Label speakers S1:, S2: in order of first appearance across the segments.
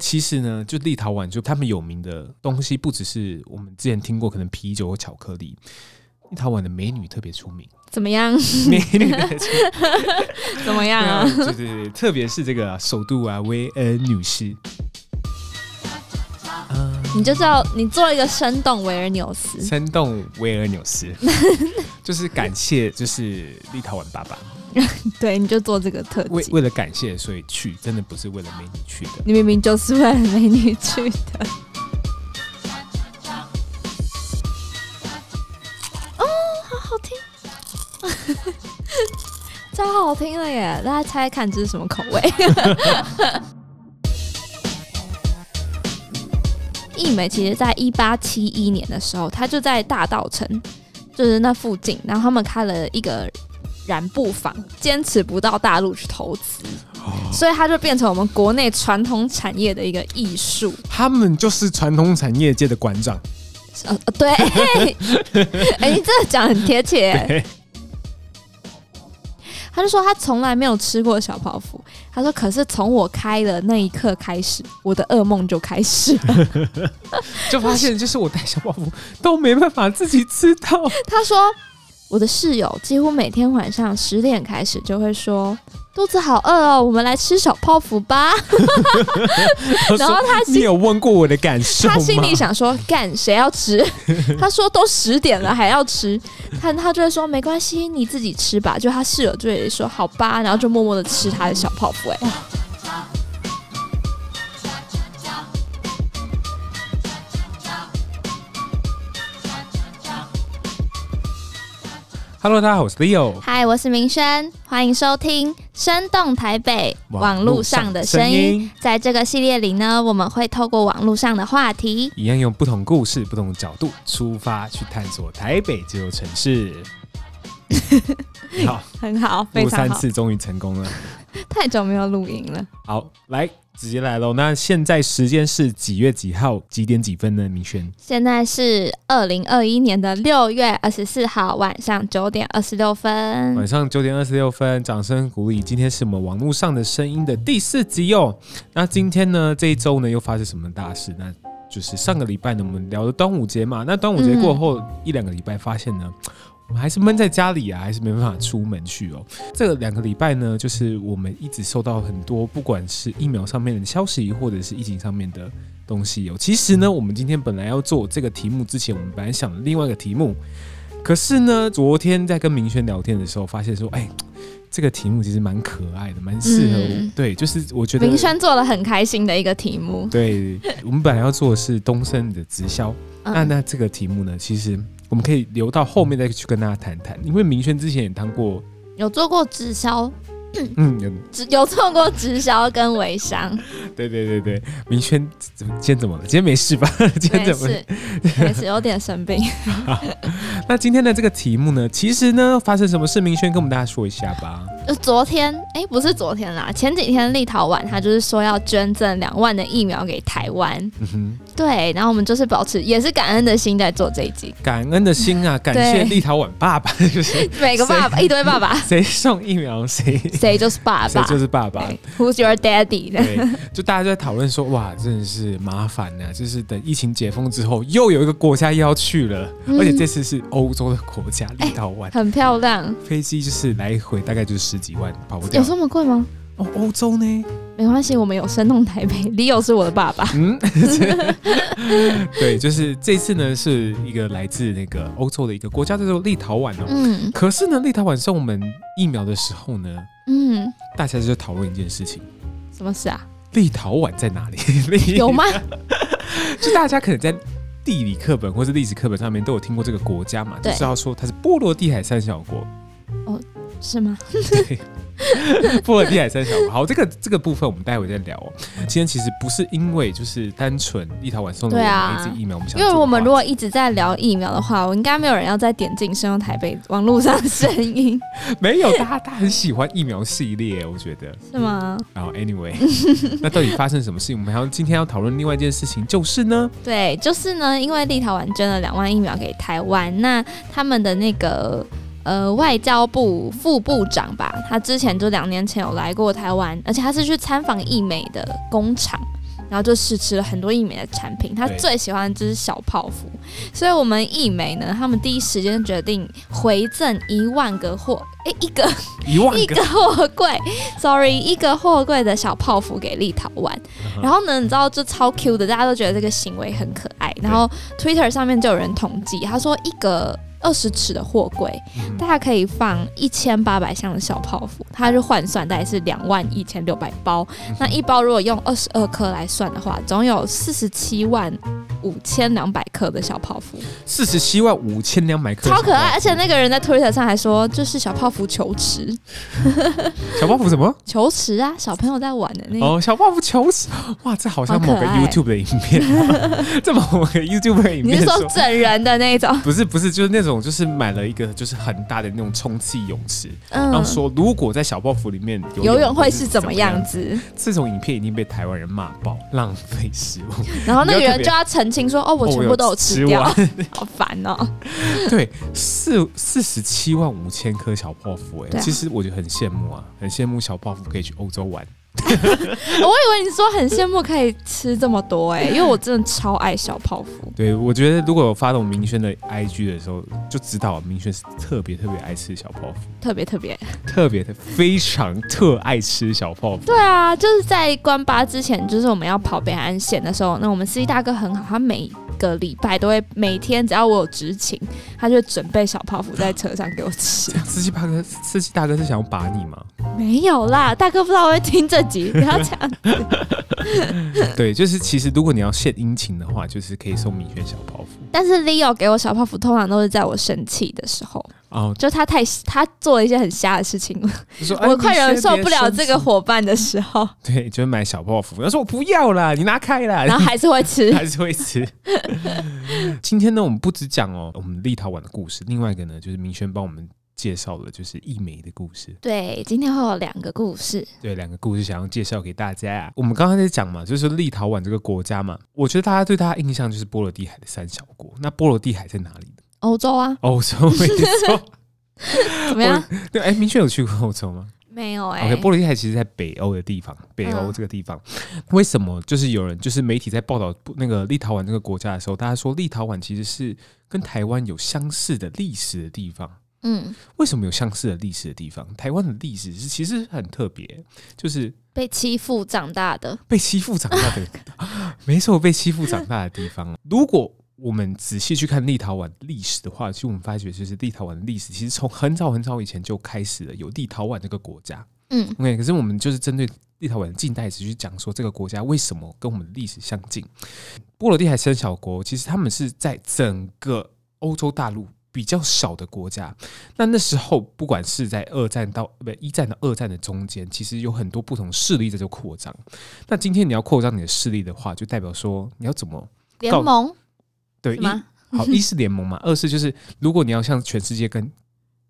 S1: 其实呢，就立陶宛就他们有名的东西，不只是我们之前听过可能啤酒或巧克力，立陶宛的美女特别出名，
S2: 怎么样？
S1: 美女特别出名，
S2: 怎么样啊？
S1: 对对对，特别是这个啊、首都啊维恩女士，啊，
S2: 你就是要你做一个生动维尔纽斯，
S1: 山洞维尔纽斯，就是感谢就是立陶宛爸爸，
S2: 对，你就做这个特
S1: 为
S2: 辑。
S1: 为了感谢所以去，真的不是为了美女去的。
S2: 你明明就是为了美女去的。哦，好好听， 超好听了耶！大家猜猜看这是什么口味？ 艺美其实在一八七一年的时候，她就在大道城，就是那附近，然后他们开了一个染布坊，坚持不到大陆去投资，所以它就变成我们国内传统产业的一个艺术。
S1: 他们就是传统产业界的馆长，
S2: 呃，呃对，哎、你这讲得很贴切哎
S1: 对。
S2: 他就说他从来没有吃过小泡芙，他说可是从我开的那一刻开始，我的噩梦就开始了。
S1: 就发现就是我带小泡芙都没办法自己吃到。
S2: 他说我的室友几乎每天晚上十点开始就会说肚子好饿哦，我们来吃小泡芙吧。 然后他
S1: 你
S2: 心
S1: 有问过我的感受吗？
S2: 他心里想说：“干，谁要吃？” 他说：“都十点了还要吃。他”他就会说：“没关系，你自己吃吧。”就他室友就会说：“好吧。”然后就默默的吃他的小泡芙、哎，
S1: ，Hello，大家好，我是 Leo，
S2: 嗨，我是明轩，欢迎收听《生动台北网络上的声音》。
S1: 音，
S2: 在这个系列里呢，我们会透过网络上的话题。
S1: 一样用不同故事、不同角度出发去探索台北这座城市。好，
S2: 很好，非
S1: 录
S2: 常
S1: 三
S2: 好。
S1: 次终于成功了。
S2: 太久没有录音了，
S1: 好，来直接来喽。那现在时间是几月几号几点几分呢？明轩，
S2: 现在是二零二一年的六月二十四号晚上九点二十六分。
S1: 晚上九点二十六分，掌声鼓励。今天是我们网络上的声音的第四集哦。那今天呢，这一周呢又发生什么大事？那就是上个礼拜呢，我们聊的端午节嘛。那端午节过后、一两个礼拜，发现呢。我们还是闷在家里啊，还是没办法出门去哦。这两个礼拜呢，就是我们一直收到很多，不管是疫苗上面的消息，或者是疫情上面的东西哦。其实呢，我们今天本来要做这个题目之前，我们本来想另外一个题目，可是呢，昨天在跟明轩聊天的时候，发现说，哎、这个题目其实蛮可爱的，蛮适合我、
S2: 嗯
S1: 对，就是我觉得
S2: 明轩做了很开心的一个题目。
S1: 对，我们本来要做的是东升的直销，啊那
S2: 嗯，
S1: 那这个题目呢，其实我们可以留到后面再去跟大家谈谈，因为明轩之前也当过，
S2: 有做过直销，
S1: 嗯，有
S2: 直有做过直销跟 微商，
S1: 对对对对，明轩怎么今天怎么了？今天没事吧？ 今天
S2: 没
S1: 怎么了？
S2: 事， 没事，有点生病。
S1: 那今天的这个题目呢，其实呢发生什么事，明轩跟我们大家说一下吧。
S2: 就昨天，哎、不是昨天啦，前几天立陶宛他就是说要捐赠两万的疫苗给台湾，
S1: 嗯哼，
S2: 对，然后我们就是保持也是感恩的心在做这一集，
S1: 感恩的心啊，感谢
S2: 嗯对
S1: 立陶宛爸爸，就是
S2: 每个 爸爸一堆爸爸，
S1: 谁送疫苗谁
S2: 谁就是爸
S1: 谁
S2: 爸。
S1: 就是爸爸。
S2: 对 Who's your daddy？
S1: 对，就大家就在讨论说，哇，真的是麻烦呐、就是等疫情解封之后，又有一个国家要去了，
S2: 嗯哎
S1: 而且这次是欧洲的国家立陶宛，
S2: 很漂亮，
S1: 飞机就是来回大概就是十几万，跑不掉
S2: 有。这么贵吗？
S1: 哦，欧洲呢？
S2: 没关系，我们有生动台北，Leo 是我的爸爸。
S1: 嗯， 对，就是这次呢是一个来自那个欧洲的一个国家叫做立陶宛哦。
S2: 嗯
S1: 可是呢，立陶宛送我们疫苗的时候呢，
S2: 嗯，
S1: 大家就讨论一件事情：
S2: 什么事啊？
S1: 立陶宛在哪里？
S2: 有吗？
S1: 就大家可能在地理课本或是历史课本上面都有听过这个国家嘛，就
S2: 对
S1: 知道说它是波罗的海三小国。
S2: 是吗？
S1: 波罗的海三小国，好，这个这个部分我们待会再聊、哦。今天其实不是因为就是单纯立陶宛送了我
S2: 对啊
S1: 们一支疫苗，我们想
S2: 因为
S1: 做的
S2: 我们
S1: 话
S2: 如果一直在聊疫苗的话，我应该没有人要再点进深用台北网络上的声音，
S1: 没有大家，大家很喜欢疫苗系列，我觉得。
S2: 是吗？
S1: 然后 anyway，那到底发生什么事情？我们还要今天要讨论另外一件事情，就是呢，
S2: 对，就是呢，因为立陶宛捐了两万疫苗给台湾，那他们的那个。呃，外交部副部长吧，他之前就两年前有来过台湾，而且他是去参访义美的工厂，然后就试吃了很多义美的产品。他
S1: 对
S2: 最喜欢的就是小泡芙，所以我们义美呢，他们第一时间决定回赠一万个货，诶，一个
S1: 一万
S2: 一
S1: 个
S2: 个货柜，sorry，一个货柜的小泡芙给立陶宛。
S1: 嗯
S2: 然后呢，你知道这超 Q 的，大家都觉得这个行为很可爱。然后 Twitter 上面就有人统计，他说一个。二十尺的货柜，
S1: 嗯
S2: 大概可以放一千八百箱的小泡芙，它就换算大概是两万一千六百包。那一包如果用二十二颗来算的话，总有四十七万五千两百克的小泡芙。
S1: 四十七万五千两百克，
S2: 超可爱，而且那个人在 Twitter 上还说，就是小泡芙求池，
S1: 小泡芙什么？
S2: 求池啊，小朋友在玩的那个。
S1: 哦，小泡芙求死！哇，这好像
S2: 嗯好
S1: 某
S2: 可
S1: 个
S2: 爱
S1: YouTube 的影 片，这某个 YouTube 的影
S2: 你
S1: 片
S2: 是
S1: 说
S2: 说整人的那一种？
S1: 不是不是，就是那种就是买了一个就是很大的那种充气泳池，然后
S2: 嗯，
S1: 说如果在小泡芙里面
S2: 游
S1: 泳
S2: 泳
S1: 会
S2: 会是怎么样？子？
S1: 这种影片已经被台湾人骂爆，浪费食物。
S2: 然后那个
S1: 你要特
S2: 人
S1: 别
S2: 就要澄清说：“哦，我
S1: 哦
S2: 全
S1: 我
S2: 部
S1: 有
S2: 都有
S1: 吃
S2: 吃掉
S1: 完，
S2: 好烦哦。
S1: 对，四四十七万五千颗小泡芙、哎、
S2: 对啊
S1: 其实我觉得很羡慕啊，很羡慕小泡芙可以去欧洲玩。”
S2: 我以为你说很羡慕可以吃这么多哎、因为我真的超爱小泡芙。
S1: 对，我觉得如果有发动明轩的 IG 的时候，就知道明轩是特别特别爱吃小泡芙，
S2: 特别特别，
S1: 特别的非常特爱吃小泡 芙。
S2: 对啊，就是在关八之前，就是我们要跑北海岸线的时候，那我们司机大哥很好，他每个礼拜都会每天只要我有执勤，他就会准备小泡芙在车上给我吃。
S1: 司机大哥，司机大哥是想要把你吗？
S2: 没有啦，大哥不知道我会听这集，不要这样。
S1: 对，就是其实如果你要献殷勤的话，就是可以送明轩小泡芙。
S2: 但是 Leo 给我小泡芙，通常都是在我生气的时候，
S1: 哦，
S2: 就他太他做了一些很瞎的事情，
S1: 就说
S2: 我快忍受不了这。
S1: 哎
S2: 个伙伴的 时候，
S1: 明轩别生气对，就是买小泡芙，他说我不要啦，你拿开啦，。
S2: 然后还是会吃
S1: 还是会吃。今天呢，我们不只讲哦，我们立陶宛的故事，另外一个呢，就是明轩帮我们介绍了就是艺美的故事。
S2: 对，今天会有两个故事，
S1: 对，两个故事想要介绍给大家、啊。我们刚刚在讲嘛，就是立陶宛这个国家嘛，我觉得大家对它的印象就是波罗的海的三小国。那波罗的海在哪里呢？
S2: 欧洲 啊，
S1: 欧洲没错。
S2: 怎么样？
S1: 对，哎，明确有去过欧洲吗、
S2: 没有哎、
S1: o k 波罗的海其实在北欧的地方，北欧
S2: 嗯
S1: 这个地方，为什么就是有人就是媒体在报道那个立陶宛这个国家的时候，大家说立陶宛其实是跟台湾有相似的历史的地方。
S2: 嗯，
S1: 为什么有相似的历史的地方？台湾的历史是其实很特别，就是
S2: 被欺负长大的，
S1: 被欺负长大的， 没错，被欺负长大的地方。如果我们仔细去看立陶宛历史的话，其实我们发觉，就是立陶宛的历史其实从很早很早以前就开始了，有立陶宛这个国家。
S2: 嗯
S1: OK，可是我们就是针对立陶宛的近代史去讲说这个国家为什么跟我们的历史相近。波罗的海三小国其实他们是在整个欧洲大陆比较小的国家。那那时候不管是在二战到不一战到二战的中间，其实有很多不同势力在做扩张。那今天你要扩张你的势力的话，就代表说你要怎么
S2: 联盟
S1: 对
S2: 是
S1: 一
S2: 吗？
S1: 好，一是联盟嘛，二是就是如果你要向全世界跟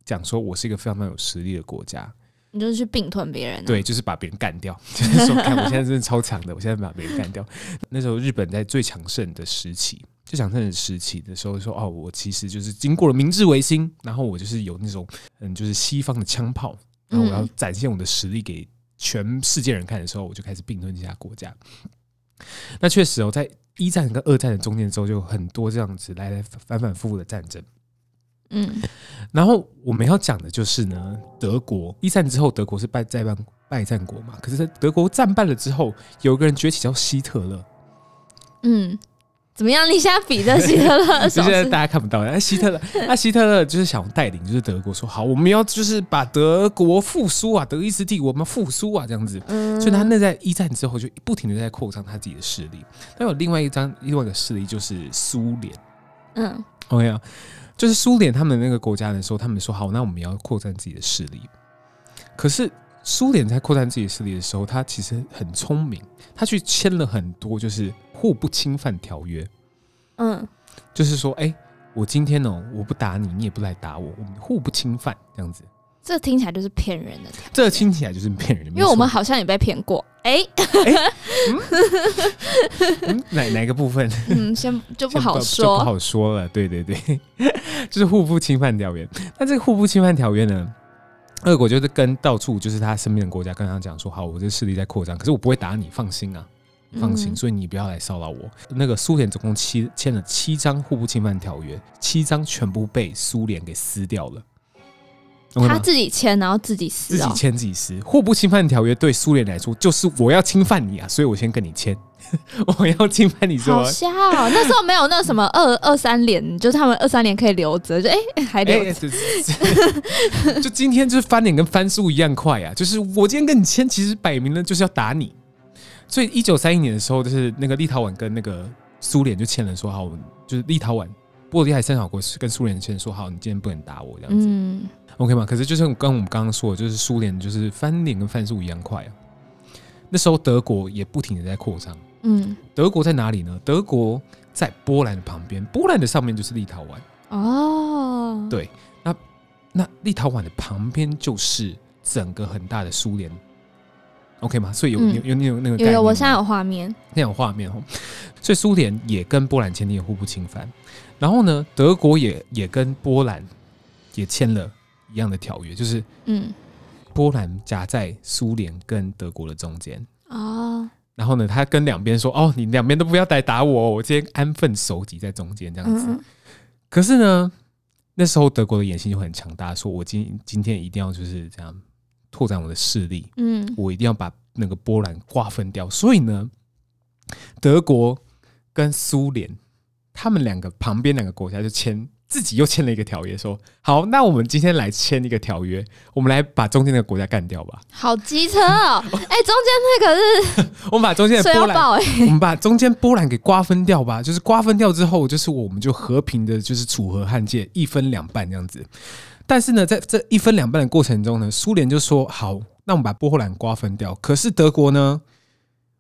S1: 讲说我是一个非常非常有实力的国家，
S2: 你就是去并吞别人、啊，，
S1: 对，就是把别人干掉， 就是说，看我现在真的超强的，我现在把别人干掉。那时候日本在最强盛的时期，最强盛的时期的时候说，哦，我其实就是经过了明治维新，然后我就是有那种嗯，就是西方的枪炮，然后我要
S2: 嗯
S1: 展现我的实力给全世界人看的时候，我就开始并吞其他国家。那确实哦，在一战跟二战的中间之后，就有很多这样子来来反反复复的战争。
S2: 嗯，
S1: 然后我们要讲的就是呢，德国一战之后，德国是败在败败战国嘛。可是，在德国战败了之后，有一个人崛起叫希特勒，
S2: 嗯，怎么样？你现在比这希特
S1: 就
S2: 勒手
S1: 现在
S2: 势
S1: 大家看不到。那希 特勒，那希特勒就是想带领，就是德国说好，我们要就是把德国复苏啊，德意志帝国我们要复苏啊，这样子。
S2: 嗯，
S1: 所以他那在一战之后就不停的在扩张他自己的势力。那有另外一张另外一个势力就是苏联。
S2: 嗯
S1: OK 啊，就是苏联他们那个国家的时候，他们说好，那我们也要扩展自己的势力。可是苏联在扩展自己的势力的时候，他其实很聪明，他去签了很多就是互不侵犯条约，
S2: 嗯，
S1: 就是说，哎、我今天呢、我不打你，你也不来打我，我们互不侵犯这样子。
S2: 这听起来就是骗人的，
S1: 这听起来就是骗人的，
S2: 因为我们
S1: 没错
S2: 好像也被骗过。哎、
S1: 嗯哪哪个部分
S2: 嗯，先就不好
S1: 就不
S2: 说。
S1: 好说了。对对 对，就是互不侵犯条约。那这个互不侵犯条约呢，俄国就是跟到处就是他身边的国家跟他讲说，好，我这势力在扩张，可是我不会打你，放心啊。放行，
S2: 嗯
S1: 所以你不要来骚扰我。那个苏联总共七签了七张互不侵犯条约，七张全部被苏联给撕掉了。懂
S2: 他
S1: 吗
S2: 自己哦签，然后自己
S1: 自
S2: 撕
S1: 己
S2: 哦。
S1: 签自己撕，互不侵犯条约对苏联来说就是我要侵犯你啊，所以我先跟你签， 我要侵犯你什
S2: 好
S1: 么？
S2: 瞎哦！那时候没有那什么二二三连，就是他们二三连可以留着，就哎、还留
S1: 哎、
S2: 着。
S1: 这这 就今天就是翻脸跟翻书一样快啊！就是我今天跟你签，其实摆明了就是要打你。所以一九三一年的时候，就是那个立陶宛跟那个苏联就签了说好，我们就是立陶宛、波罗的海三小国跟苏联签说好，你今天不能打我这样子、
S2: 嗯，
S1: o k 吗？可是就是跟我们刚刚说的，就是苏联就是翻脸跟翻书一样快啊。那时候德国也不停的在扩张。
S2: 嗯，
S1: 德国在哪里呢？德国在波兰的旁边，波兰的上面就是立陶宛，
S2: 哦，
S1: 对那立陶宛的旁边就是整个很大的苏联。OK 吗？所以有、
S2: 嗯
S1: 有有有那个概
S2: 有
S1: 念吗
S2: 有，我现在有画面。
S1: 那种画面哦。所以苏联也跟波兰签订了互不侵犯，然后呢，德国也也跟波兰也签了一样的条约，就是
S2: 嗯，
S1: 波兰夹在苏联跟德国的中间。
S2: 哦，
S1: 然后呢，他跟两边说：“哦，你两边都不要来打我哦，我今天安分守己在中间这样子。
S2: 嗯，
S1: 可是呢，那时候德国的野心就很强大，说我今今天一定要就是这样拓展我的势力，
S2: 嗯，
S1: 我一定要把那个波兰瓜分掉。所以呢，德国跟苏联他们两个旁边两个国家就签。自己又签了一个条约，说好，那我们今天来签一个条约，我们来把中间那个国家干掉吧。
S2: 好机车哦！哎、中间那个是
S1: 我们把中间的
S2: 水
S1: 嗯波
S2: 要
S1: 兰，
S2: 爆哎、
S1: 我们把中间波兰给瓜分掉吧，就是瓜分掉之后，就是我们就和平的，就是楚河汉界一分两半这样子。但是呢，在这一分两半的过程中呢，苏联就说好，那我们把波兰瓜分掉。可是德国呢，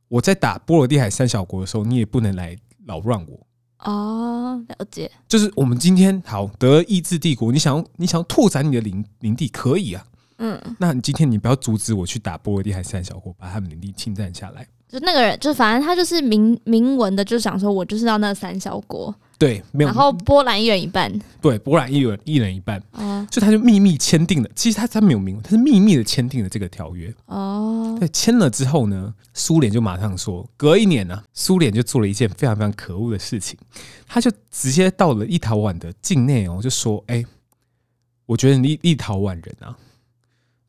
S1: 我在打波罗的海三小国的时候，你也不能来扰乱我。
S2: 哦，了解。
S1: 就是我们今天好德意志帝国，你想要你想要拓展你的领领地可以啊，
S2: 嗯，
S1: 那你今天你不要阻止我去打波罗的海三小国，把他们领地侵占下来。
S2: 就那个人，就反正他就是明明文的，就想说我就是要那三小国，
S1: 对，没有
S2: 然后波兰一人一半。
S1: 对波兰一人一人一半。
S2: 哦
S1: 所以他就秘密签订了。其实他他没有明文，他是秘密的签订了这个条约。
S2: 哦，
S1: 对，签了之后呢，苏联就马上说，隔一年呢、啊苏联就做了一件非常非常可恶的事情，他就直接到了立陶宛的境内哦，就说：“哎、我觉得立立陶宛人啊，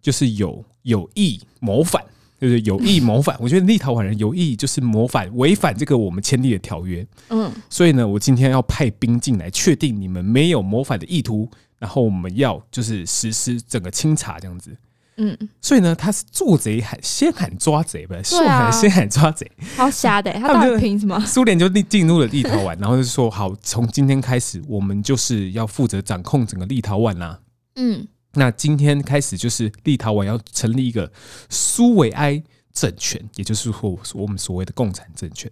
S1: 就是有有意谋反，就是有意谋反。我觉得立陶宛人有意就是谋反，违反这个我们签订的条约。
S2: 嗯，
S1: 所以呢，我今天要派兵进来，确定你们没有谋反的意图，然后我们要就是实施整个清查这样子。
S2: 嗯，
S1: 所以呢，他是做贼喊先喊抓贼吧，
S2: 对
S1: 竖
S2: 啊
S1: 喊先喊抓贼。
S2: 好瞎的、欸，他
S1: 他们
S2: 到
S1: 就
S2: 底凭什么？
S1: 苏联就立进入了立陶宛，然后就说好，从今天开始，我们就是要负责掌控整个立陶宛啦、
S2: 嗯，
S1: 那今天开始就是立陶宛要成立一个苏维埃政权，也就是我我们所谓的共产政权。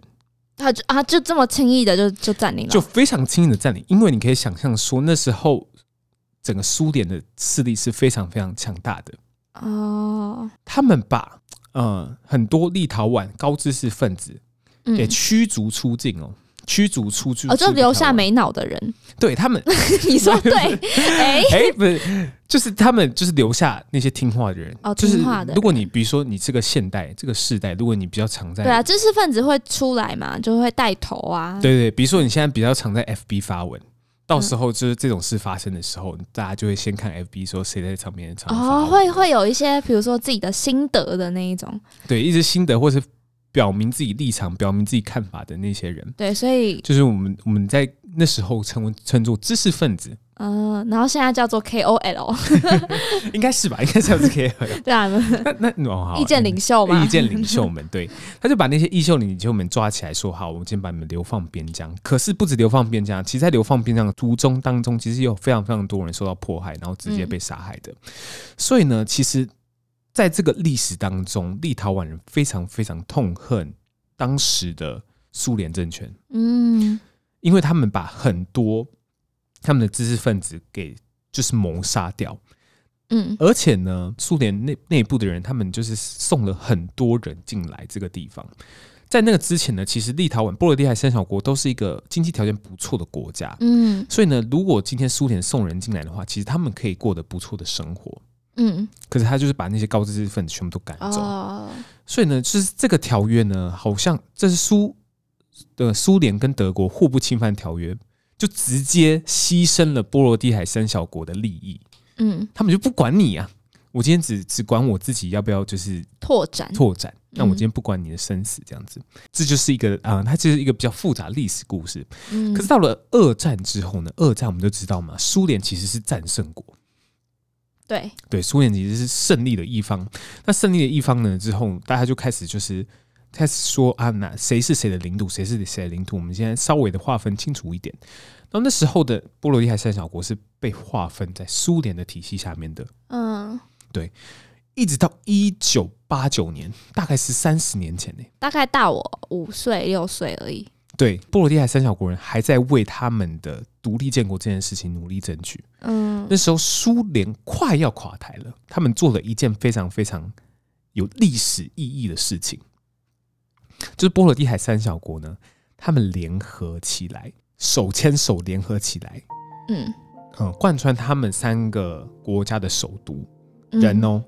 S2: 他就啊，就这么轻易的就就占领了，
S1: 就非常轻易的占领，因为你可以想象说那时候整个苏联的势力是非常非常强大的，
S2: 哦，
S1: 他们把呃很多立陶宛高知识分子
S2: 嗯
S1: 给，驱逐出境哦，驱逐出去，
S2: 哦，就
S1: 出立陶宛
S2: 留下没脑的 人，
S1: 对他们，
S2: 你说对？哎、
S1: 哎、不是，就是他们就是留下那些听话的人，
S2: 哦
S1: 就是
S2: 听话的人
S1: 如果你比如说你这个现代这个世代，如果你比较常在
S2: 对啊，知识分子会出来嘛，就会带头啊，
S1: 对对，比如说你现在比较常在 FB 发文，到时候就是这种事发生的时候，大家就会先看 FB 说谁在上面常发
S2: 嗯哦，
S1: 文
S2: 会会有一些，比如说自己的心得的那一种，
S1: 对，一直心得或是表明自己立场、表明自己看法的那些人，
S2: 对，所以
S1: 就是我们我们在那时候称为称作知识分子，
S2: 呃，然后现在叫 做 KOL，
S1: 应该是吧？应该这样子可以 了。
S2: 对啊，
S1: 那那哦，好啊
S2: 意见领袖嘛，
S1: 意见领袖们，对，他就把那些意见领袖们抓起来说：“好，我们今天把你们流放边疆。”可是不止流放边疆，其实在流放边疆的途中当中，其实有非常非常多人受到迫害，然后直接被杀害的。所以呢，其实在这个历史当中，立陶宛人非常非常痛恨当时的苏联政权，
S2: 嗯，
S1: 因为他们把很多他们的知识分子给就是谋杀掉。
S2: 嗯
S1: 而且呢，苏联内内部的人，他们就是送了很多人进来这个地方。在那个之前呢，其实立陶宛、波罗的海三小国都是一个经济条件不错的国家，
S2: 嗯
S1: 所以呢，如果今天苏联送人进来的话，其实他们可以过得不错的生活。
S2: 嗯嗯，
S1: 可是他就是把那些高知识分子全部都赶走。
S2: 哦，
S1: 所以呢，就是这个条约呢，好像这是苏的苏联跟德国互不侵犯条约，就直接牺牲了波罗的海三小国的利益，
S2: 嗯，
S1: 他们就不管你啊。我今天只只管我自己要不要就是
S2: 拓展，
S1: 拓展，那我
S2: 嗯
S1: 今天不管你的生死，这样子，这就是一个啊、呃它就是一个比较复杂的历史故事。
S2: 嗯，
S1: 可是到了二战之后呢，二战我们就知道嘛，苏联其实是战胜国，
S2: 对，
S1: 对，苏联其实是胜利的一方。那胜利的一方呢之后，大家就开始就是开始说啊，那谁是谁的领土，谁是谁的领土？我们现在稍微的划分清楚一点。然后那时候的波罗的海三小国是被划分在苏联的体系下面的，
S2: 嗯，
S1: 一直到一九八九年，大概是三十年前呢、
S2: 大概大我五岁六岁而已，
S1: 对，波罗的海三小国人还在为他们的独立建国这件事情努力争取。
S2: 嗯
S1: 那时候苏联快要垮台了，他们做了一件非常非常有历史意义的事情，就是波罗的海三小国呢，他们联合起来，手牵手联合起来，
S2: 嗯，
S1: 嗯，贯穿他们三个国家的首都
S2: 嗯
S1: 人哦，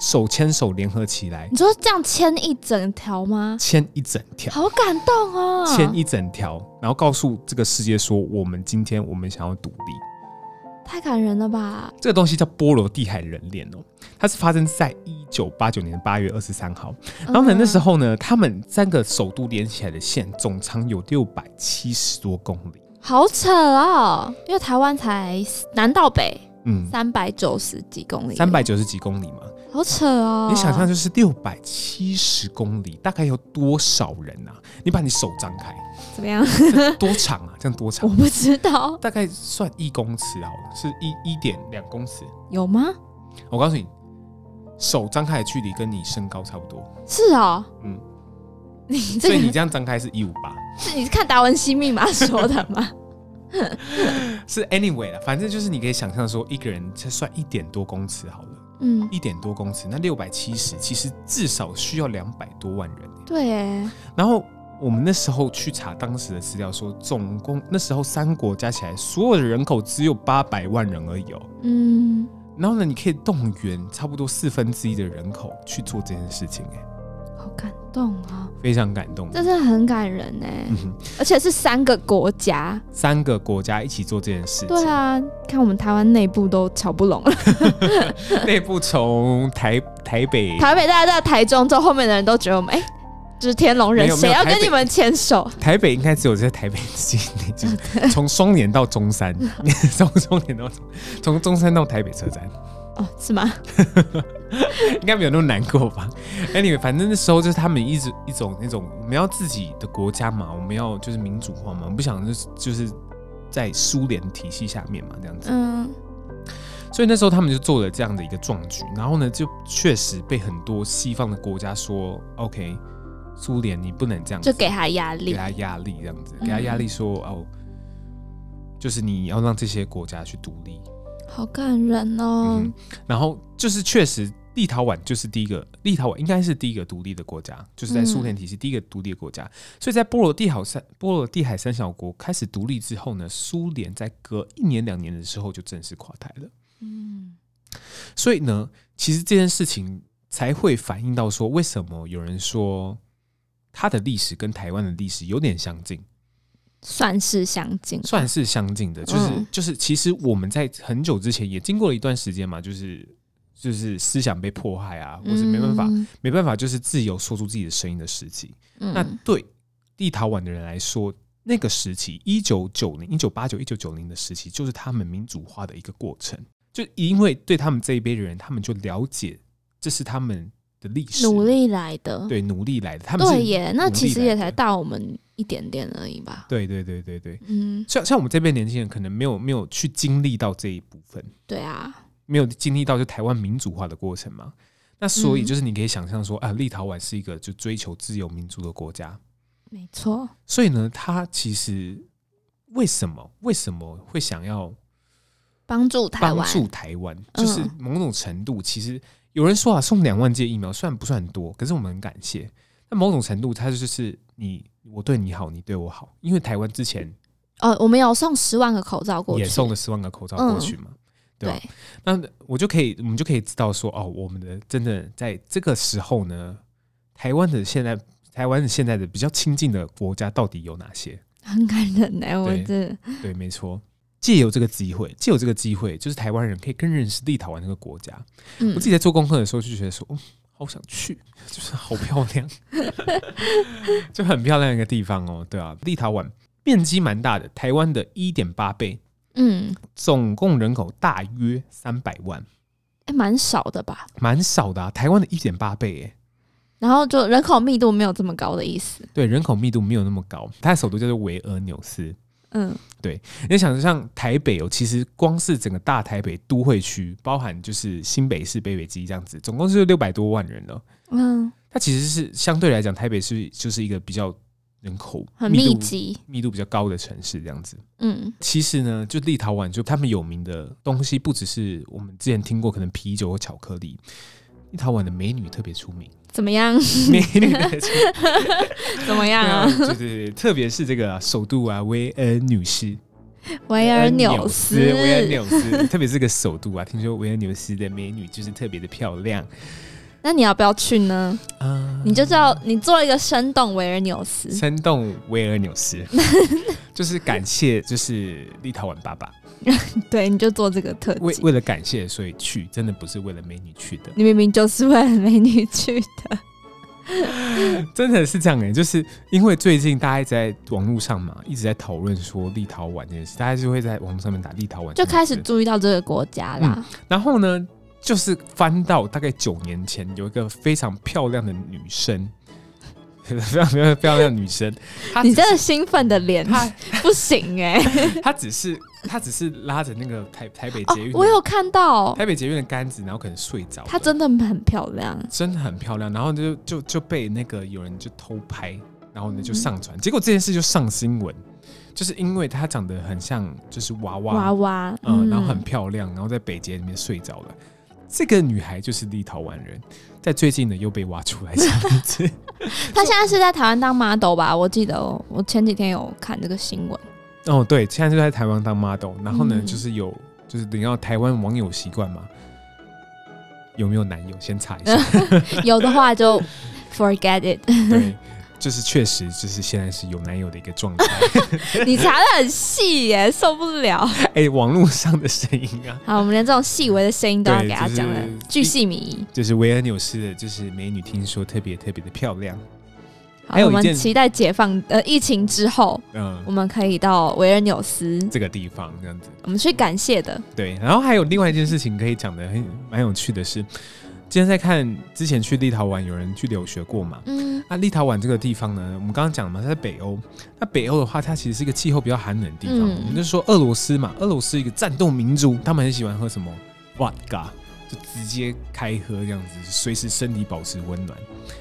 S1: 手牵手联合起来
S2: 你，说这样牵一整条吗？
S1: 牵一整条。
S2: 好感动哦，
S1: 牵一整条，然后告诉这个世界说，我们今天我们想要独立。
S2: 太感人了吧？
S1: 这个东西叫波罗的海人链哦，它是发生在一九八九年的八月二十三号。
S2: 嗯
S1: 然后呢，那时
S2: 候
S1: 候呢，他们三个首都连起来的线总长有六百七十多公里。
S2: 好扯哦，因为台湾才南到北
S1: 嗯，
S2: 三百九十几公里，
S1: 三百九十几公里嘛，
S2: 好扯哦！
S1: 你想象就是六百七十公里，大概有多少人啊？你把你手张 开，
S2: 怎么样？
S1: 多长啊？这样多
S2: 我
S1: 长？
S2: 不知道
S1: 大概算一公尺好了，是一一点两公尺。
S2: 有吗？
S1: 我告诉你，手张开的距离跟你身高差不多，
S2: 是哦，
S1: 嗯
S2: 嗯，你这
S1: 所
S2: 个
S1: 以你这样张开是一五八。
S2: 是你是看达文西密码说的 吗？
S1: 是 anyway 啦，反正就是你可以想象说，一个人才算一点多公尺好了，
S2: 嗯，
S1: 一点多公尺，那六百七十其实至少需要两百多万人耶。
S2: 对耶，
S1: 然后我们那时候去查当时的资料说，总共那时候三国加起来所有的人口只有八百万人而已哦。
S2: 嗯，
S1: 然后呢，你可以动员差不多四分之一的人口去做这件事情，哎，
S2: 好感动哦，
S1: 非常感动。
S2: 这真的很感人呢，
S1: 嗯哼，
S2: 而且是三个国家。
S1: 三个国家一起做这件事情，
S2: 对啊，看我们台湾内部都瞧 不拢了，
S1: 内部从台台北
S2: 台北大家在台中之后，后面的人都觉得我们哎。就是天龙
S1: 没
S2: 人
S1: 有，没
S2: 谁
S1: 有
S2: 要
S1: 台
S2: 跟
S1: 北
S2: 你们牵手？
S1: 台北应该只有在台北境内，就是从双连到中山， 从双连到中从中山到台北车站，
S2: 哦，是吗？
S1: 应该没有那么难过吧？Anyway，反正那时候就是他们一直一种那种我们要自己的国家嘛，我们要就是民主化嘛，我们不想就是就是在苏联体系下面嘛这样子，
S2: 嗯，
S1: 所以那时候他们就做了这样的一个壮举，然后呢，就确实被很多西方的国家说，OK，苏联你不能这样子，
S2: 就给他压
S1: 给
S2: 力。
S1: 他压力，这样子，给他压力说、哦，就是你要让这些国家去独立。
S2: 好感人哦
S1: 嗯！哼，然后就是确实，立陶宛就是第一个，立陶宛应该是第一个独立的国家，就是在苏联体系第一个独立的国家。所以在波罗的海三波罗的海三小国开始独立之后呢，苏联在隔一年两年的时候就正式垮台了。
S2: 嗯，
S1: 所以呢，其实这件事情才会反映到说，为什么有人说它的历史跟台湾的历史有点相近。
S2: 算是相近。
S1: 算是相近的，就是、
S2: 嗯
S1: 就是，其实我们在很久之前也经过了一段时间嘛，就是就是思想被迫害啊，或是没办法、
S2: 嗯
S1: 没办法，就是自由说出自己的声音的时期。那
S2: 嗯
S1: 对立陶宛的人来说，那个时期一九九零、一九八九、一九九零的时期，就是他们民主化的一个过程。就因为对他们这一辈的人，他们就了解这是他们的历史
S2: 努力来的。
S1: 对努力来的，他们是
S2: 对耶，那
S1: 努力
S2: 其实
S1: 来
S2: 也
S1: 的
S2: 才大我们一点点而已吧。
S1: 对对对对对。
S2: 嗯，
S1: 像像我们这边年轻人可能没有没有去经历到这一部分，
S2: 对啊，
S1: 没有经历到就台湾民主化的过程嘛。那所以
S2: 嗯
S1: 就是你可以想象说、啊，立陶宛是一个就追求自由民主的国家，
S2: 没错。
S1: 所以呢，他其实为什么为什么会想要
S2: 帮助台
S1: 帮
S2: 湾，
S1: 助台湾？
S2: 嗯
S1: 就是某种程度，其实有人说啊，送两万剂疫苗虽然不算多，可是我们很感谢。那某种程度，它就是你我对你好，你对我好，因为台湾之前
S2: 哦，我们有送十万个口罩过去，
S1: 也送了十万个口罩过去嘛。对
S2: 对
S1: 吧那我就可以，我们就可以知道说，哦，我们的真的在这个时候呢，台湾的现在，台湾的现在的比较亲近的国家到底有哪些？
S2: 很感人呢、我
S1: 对
S2: 这
S1: 对，没错。借由这个机会，借由这个机会，就是台湾人可以更认识立陶宛这个国家。
S2: 嗯
S1: 我自己在做功课的时候就觉得说，嗯，好想去， 就是好漂亮， 就很漂亮一个地方哦。对啊，立陶宛面积蛮大的，台湾的一点八倍，
S2: 嗯，
S1: 总共人口大约三百万，
S2: 哎、蛮少的吧？
S1: 蛮少的、啊，台湾的一点八倍诶。
S2: 然后就人口密度没有这么高的意思。
S1: 对，人口密度没有那么高，它的首都叫做维尔纽斯。
S2: 嗯，
S1: 你想像台北哦，其实光是整个大台北都会区，包含就是新北市、北北基这样子，总共是六百多万人了。
S2: 嗯，
S1: 它其实是相对来讲，台北市就是一个比较人口
S2: 很
S1: 密
S2: 密
S1: 度
S2: 集。
S1: 密度比较高的城市这样子。
S2: 嗯
S1: 其实呢，就立陶宛就他们有名的东西，不只是我们之前听过可能啤酒或巧克力，立陶宛的美女特别出名，，
S2: 怎么样？
S1: 美女特别出名，
S2: 怎么样
S1: 对啊
S2: 啊？
S1: 对对对，特别是这个啊首都啊维尔纽斯，
S2: 维尔
S1: 呃
S2: 纽斯，
S1: 维尔纽斯， 特别是个首都啊，听说维尔纽斯的美女就是特别的漂亮
S2: 那你要不要去呢？
S1: 啊，
S2: 你就知道，你做一个生动维尔纽斯。
S1: 生动维尔纽 斯，就是感谢就是立陶宛爸爸，
S2: 对，你就做这个特
S1: 为
S2: 辑。
S1: 为了感谢所以去，真的不是为了美女去的，
S2: 你明明就是为了美女 去的。
S1: 真的是这样哎、就是因为最近大家一直在网络上嘛，一直在讨论说立陶宛这件事，大家就会在网络上面打立陶宛，
S2: 就开始，注意到这个国家啦。
S1: 然后呢，就是翻到大概九年前，有一个非常漂亮的女生。 非常非常漂亮的女生，她
S2: 你
S1: 只是
S2: 这个兴奋的脸
S1: 她
S2: 不行哎、
S1: 她只是她只是拉着那个台台北
S2: 哦
S1: 捷运，的、
S2: 我有看到，
S1: 台北捷运的杆子，然后可能睡着了。
S2: 她真的很漂亮。
S1: 真的很漂亮，然后就就就被那个有人就偷拍，然后呢
S2: 嗯
S1: 就上传，结果这件事就上新闻，就是因为她长得很像就是娃娃，
S2: 娃娃，
S1: 嗯、然后很漂亮，然后在北捷里面睡着了。这个女孩就是立陶宛人，在最近呢又被挖出来这 样子，
S2: 她现在是在台湾当 model 吧？我记得我我前几天有看这个 新闻，
S1: 哦，对，现在就在台湾当 model，然后呢、
S2: 嗯
S1: 就是有就是等到台湾网友习惯嘛，有没有男友先查一 下，
S2: 有的话就 forget it。
S1: 对，就是确实就是现在是有男友的一个状态，
S2: 你查的很细耶， 受不了。
S1: 哎、网络上的声音啊，
S2: 好，我们连这种细微的声音都要给她讲
S1: 对
S2: 的
S1: 就是
S2: 巨细靡遗。
S1: 就是维尔纽斯的，就是美女，听说特别特别的漂亮，
S2: 好
S1: 还，有
S2: 我
S1: 一件
S2: 们期待解放呃疫情之后，
S1: 嗯
S2: 我，们可以到维尔纽斯，
S1: 这个地方这样子。
S2: 我们去感谢的。
S1: 对，然后还有另外一件事情可以讲的很蛮有趣的是，今天在看之前去立陶宛有人去留学过嘛？
S2: 嗯
S1: 那立陶宛这个地方呢，我们刚刚讲了嘛，它在北欧。那北欧的话，它其实是一个气候比较寒冷的地方。
S2: 嗯
S1: 我们就说俄罗斯嘛，俄罗斯一个战斗民族，他们很喜欢喝什么 vodka，就直接开喝这样子，随时身体保持温暖。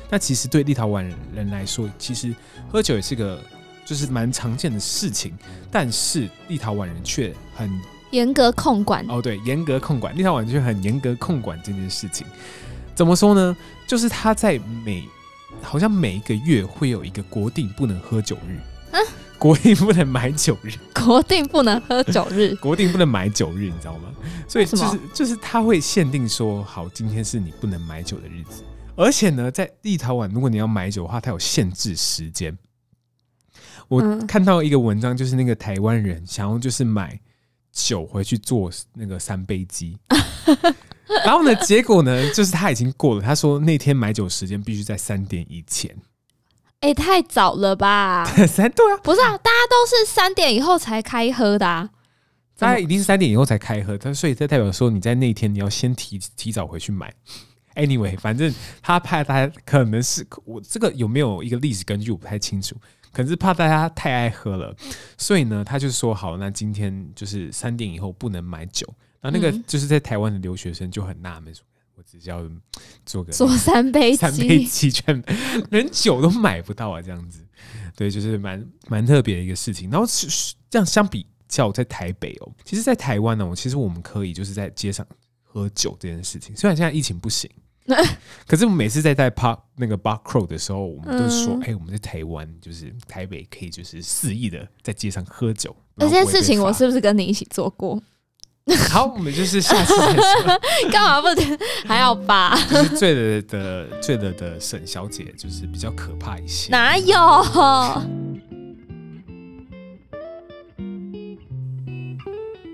S1: 那其实对立陶宛人来说，其实喝酒也是个就是蛮常见的事情，但是立陶宛人却很
S2: 严格控管，
S1: 哦，对，严格控管，立陶宛就很严格控管这件事情。怎么说呢？就是他在每好像每一个月会有一个国定不能喝酒日，
S2: 啊
S1: 国定不能买酒日，
S2: 国定不能喝酒日
S1: 。国定不能买酒日，你知道吗？所以就
S2: 为
S1: 是
S2: 什
S1: 就是他会限定说，好，今天是你不能买酒的日子。而且呢，在立陶宛，如果你要买酒的话，它有限制时间。我
S2: 嗯
S1: 看到一个文章，就是那个台湾人想要就是买酒回去做那个三杯鸡， 然后呢，结果呢，就是他已经过了，他说那天买酒时间必须在三点以前，
S2: 哎、太早了吧？
S1: 三对啊，
S2: 不是啊，大家都是三点以后才开喝的啊。怎
S1: 大家
S2: 么
S1: 一定是三点以后才开喝，他所以这代表说你在那一天你要先提提早回去买。Anyway，反正他怕大家可能是我这个有没有一个历史根据我不太清楚，可能是怕大家太爱喝了，所以呢，他就说好，那今天就是三点以后不能买酒。然后那个
S2: 嗯
S1: 就是在台湾的留学生就很纳闷说，哎我只是要做个
S2: 做三杯
S1: 三杯鸡
S2: 鸡，
S1: 全，连酒都买不到啊，这样子，对，就是蛮蛮特别的一个事情。然后是是这样相比较，在台北哦，其实，在台湾哦，其实我们可以就是在街上喝酒这件事情，虽然现在疫情不 行，可是我们每次在在 pub 那个 bar crow 的时候，我们都说，
S2: 嗯
S1: 哎、我们在台湾就是台北可以就是肆意的在街上喝酒，
S2: 那这件事情我
S1: 不要
S2: 是不是跟你一起做过？
S1: 好，我们就是下次再说。
S2: 干嘛不能还要吧？
S1: 就是醉了的醉了的沈小姐，就是比较可怕一些。
S2: 哪有？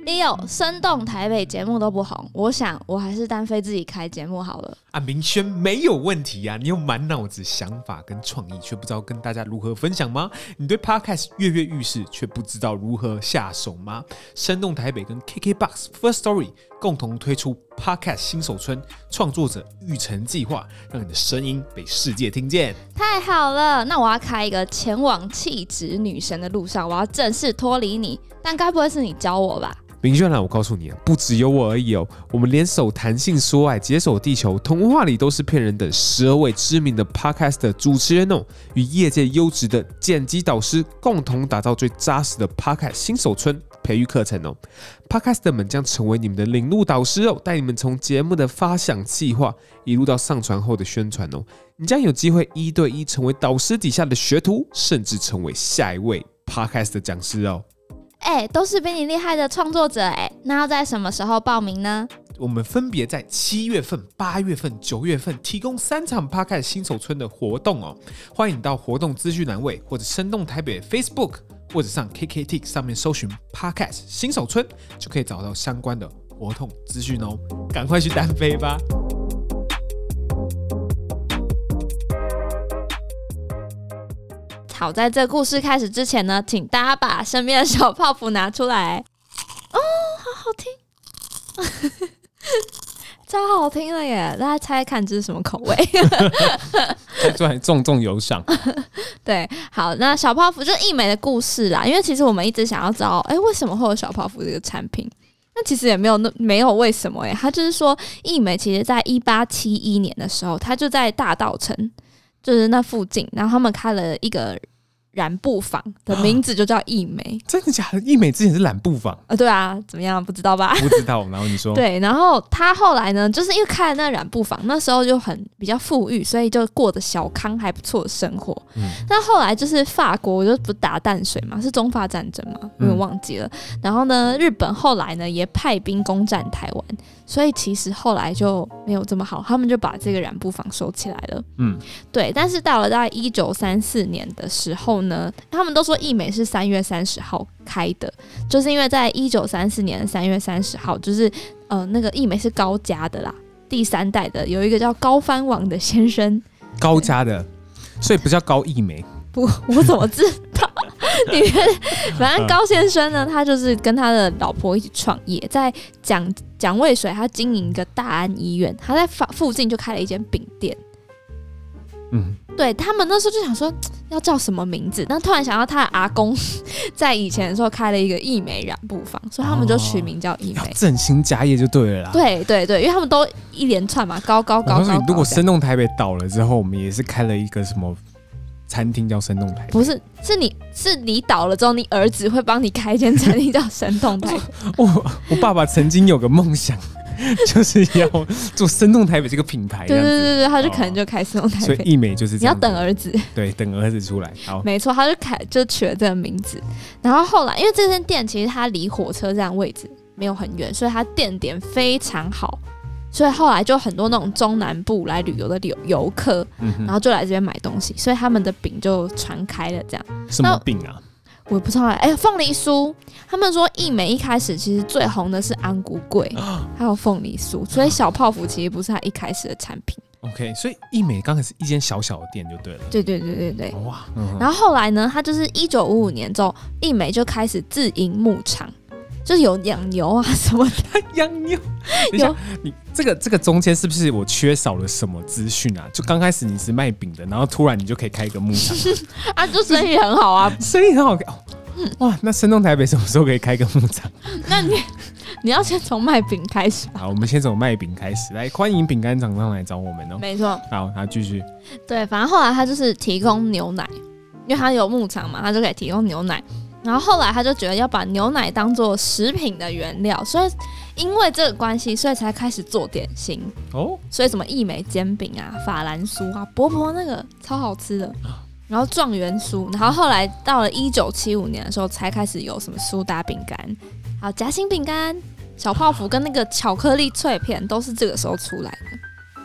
S2: 六生动台北节目都不红，我想我还是单飞自己开节目好了。
S1: 啊，明轩没有问题呀、你有满脑子想法跟创意，却不知道跟大家如何分享吗？你对 Podcast 跃跃欲试，却不知道如何下手吗？生动台北跟 KKBox First Story 共同推出 Podcast 新手村创作者育成计划，让你的声音被世界听见。
S2: 太好了，那我要开一个前往气质女神的路上，我要正式脱离你。但该不会是你教我吧？
S1: 明轩啊，我告诉你啊，不只有我而已哦，我们联手谈性说爱、解锁地球、童话里都是骗人的十二位知名的 podcast 的主持人哦，与业界优质的剪辑导师共同打造最扎实的 podcast 新手村培育课程哦。podcast 们将成为你们的领路导师哦，带你们从节目的发想、计划，一路到上传后的宣传哦，你将有机会一对一成为导师底下的学徒，甚至成为下一位 podcast 的讲师哦。
S2: 哎、都是比你厉害的创作者哎、那要在什么时候报名呢？
S1: 我们分别在七月份、八月份、九月份提供三场 p a r k 新手村的活动哦，欢迎到活动资讯栏位或者生动台北 Facebook 或者上 KKTix 上面搜寻 p a r k 新手村，就可以找到相关的活动资讯哦，赶快去单飞吧！
S2: 好在这故事开始之前呢，请大家把身边的小泡芙拿出来。哦，好好听， 超好听了耶！大家猜猜看这是什么口 味？
S1: 重 重重有赏，
S2: 对，好，那小泡芙就是益美的故事啦。因为其实我们一直想要知道，哎、为什么会有小泡芙这个产品？那其实也没有那没有为什么耶，它就是说益美其实在一八七一年的时候，它就在大道城，就是那附近，然后他们开了一个染布坊，的名字就叫益美。
S1: 真的假的？一美之前是懒布坊，
S2: 呃，对啊，怎么样？不知道吧？
S1: 不知道。然后你 说，
S2: 对，然后他后来呢，就是因为开了那染布坊，那时候就很比较富裕，所以就过着小康还不错的生活。
S1: 嗯
S2: 但后来就是法国，我就不打淡水嘛，是中法战争嘛，我有点忘记了。然后呢，日本后来呢也派兵攻占台湾，所以其实后来就没有这么好，他们就把这个染布坊收起来了。
S1: 嗯，
S2: 对，但是到了大概一九三四年的时候呢，他们都说义美是三月三十号开的，就是因为在一九三四年的三月三十号，就是呃那个义美是高家的啦，第三代的有一个叫高藩王的先生，
S1: 高家的，所以不叫高一美，
S2: 不，我怎么知道？ 你反正高先生呢，他就是跟他的老婆一起创业，在蒋蒋渭水，他经营一个大安医院，他在附附近就开了一间饼店。
S1: 嗯，
S2: 对他们那时候就想说要叫什么名字，但突然想到他的阿公 在以前的时候开了一个义美染布坊，所以他们就取名叫义美。
S1: 哦要振兴家业就对了啦。
S2: 对对对，因为他们都一连串嘛，高高
S1: 我
S2: 高
S1: 告
S2: 高
S1: 诉
S2: 高
S1: 你，如果
S2: 这样
S1: 生动台北倒了之后，我们也是开了一个什么餐厅叫生动台北。
S2: 不是是你是你倒了之后，你儿子会帮你开一间餐厅叫神动
S1: 哦
S2: 台
S1: 我我爸爸曾经有个梦想， 就是要做生动台北这个品牌，这
S2: 对
S1: 样
S2: 对
S1: 子。哦
S2: 对对，他就可能就开始用台
S1: 所以
S2: 北。
S1: 艺美就是
S2: 你
S1: 这
S2: 要
S1: 样子
S2: 等儿子，
S1: 对等儿子出来。好，
S2: 没错，他就开就取了这个名字。然后后来，因为这间店其实它离火车站位置没有很远，所以它店点非常好，所以后来就很多那种中南部来旅游的游游客，
S1: 嗯
S2: 然
S1: 哼，
S2: 后就来这边买东西，所以他们的饼就传开了这样。
S1: 什么病啊？
S2: 我也不知道哎、哎凤梨酥，他们说一美一开始其实最红的是安谷 桂，还有凤梨酥，所以小泡芙其实不是它一开始的产品。
S1: OK，所以艺美刚开始一间小小的店就对了。
S2: 对对对对对。
S1: 哇，嗯哼，
S2: 然后后来呢，他就是一九五五年之后，一美就开始自营牧场，就是有养牛啊什么的。
S1: 洋妞，等一下，你这个这个中间是不是我缺少了什么资讯啊？就刚开始你是卖饼的，然后突然你就可以开一个牧 场，
S2: 啊，就生意很好啊。
S1: 生意很好看哦。哇，那生动台北什么时候可以开个牧场？
S2: 那你你要先从卖饼开始。
S1: 好，我们先从卖饼开始，来欢迎饼干厂商来找我们哦。
S2: 没错，
S1: 好，那继续。
S2: 对，反正后来他就是提供牛奶，因为他有牧场嘛，他就可以提供牛奶。然后后来他就觉得要把牛奶当做食品的原料，所以因为这个关系，所以才开始做点心。
S1: 哦，
S2: 所以什么益美煎饼啊、法兰酥啊、薄薄那个超好吃的。然后状元酥，然后后来到了一九七五年的时候，才开始有什么苏打饼干，还有夹心饼干，小泡芙跟那个巧克力脆片都是这个时候出来的。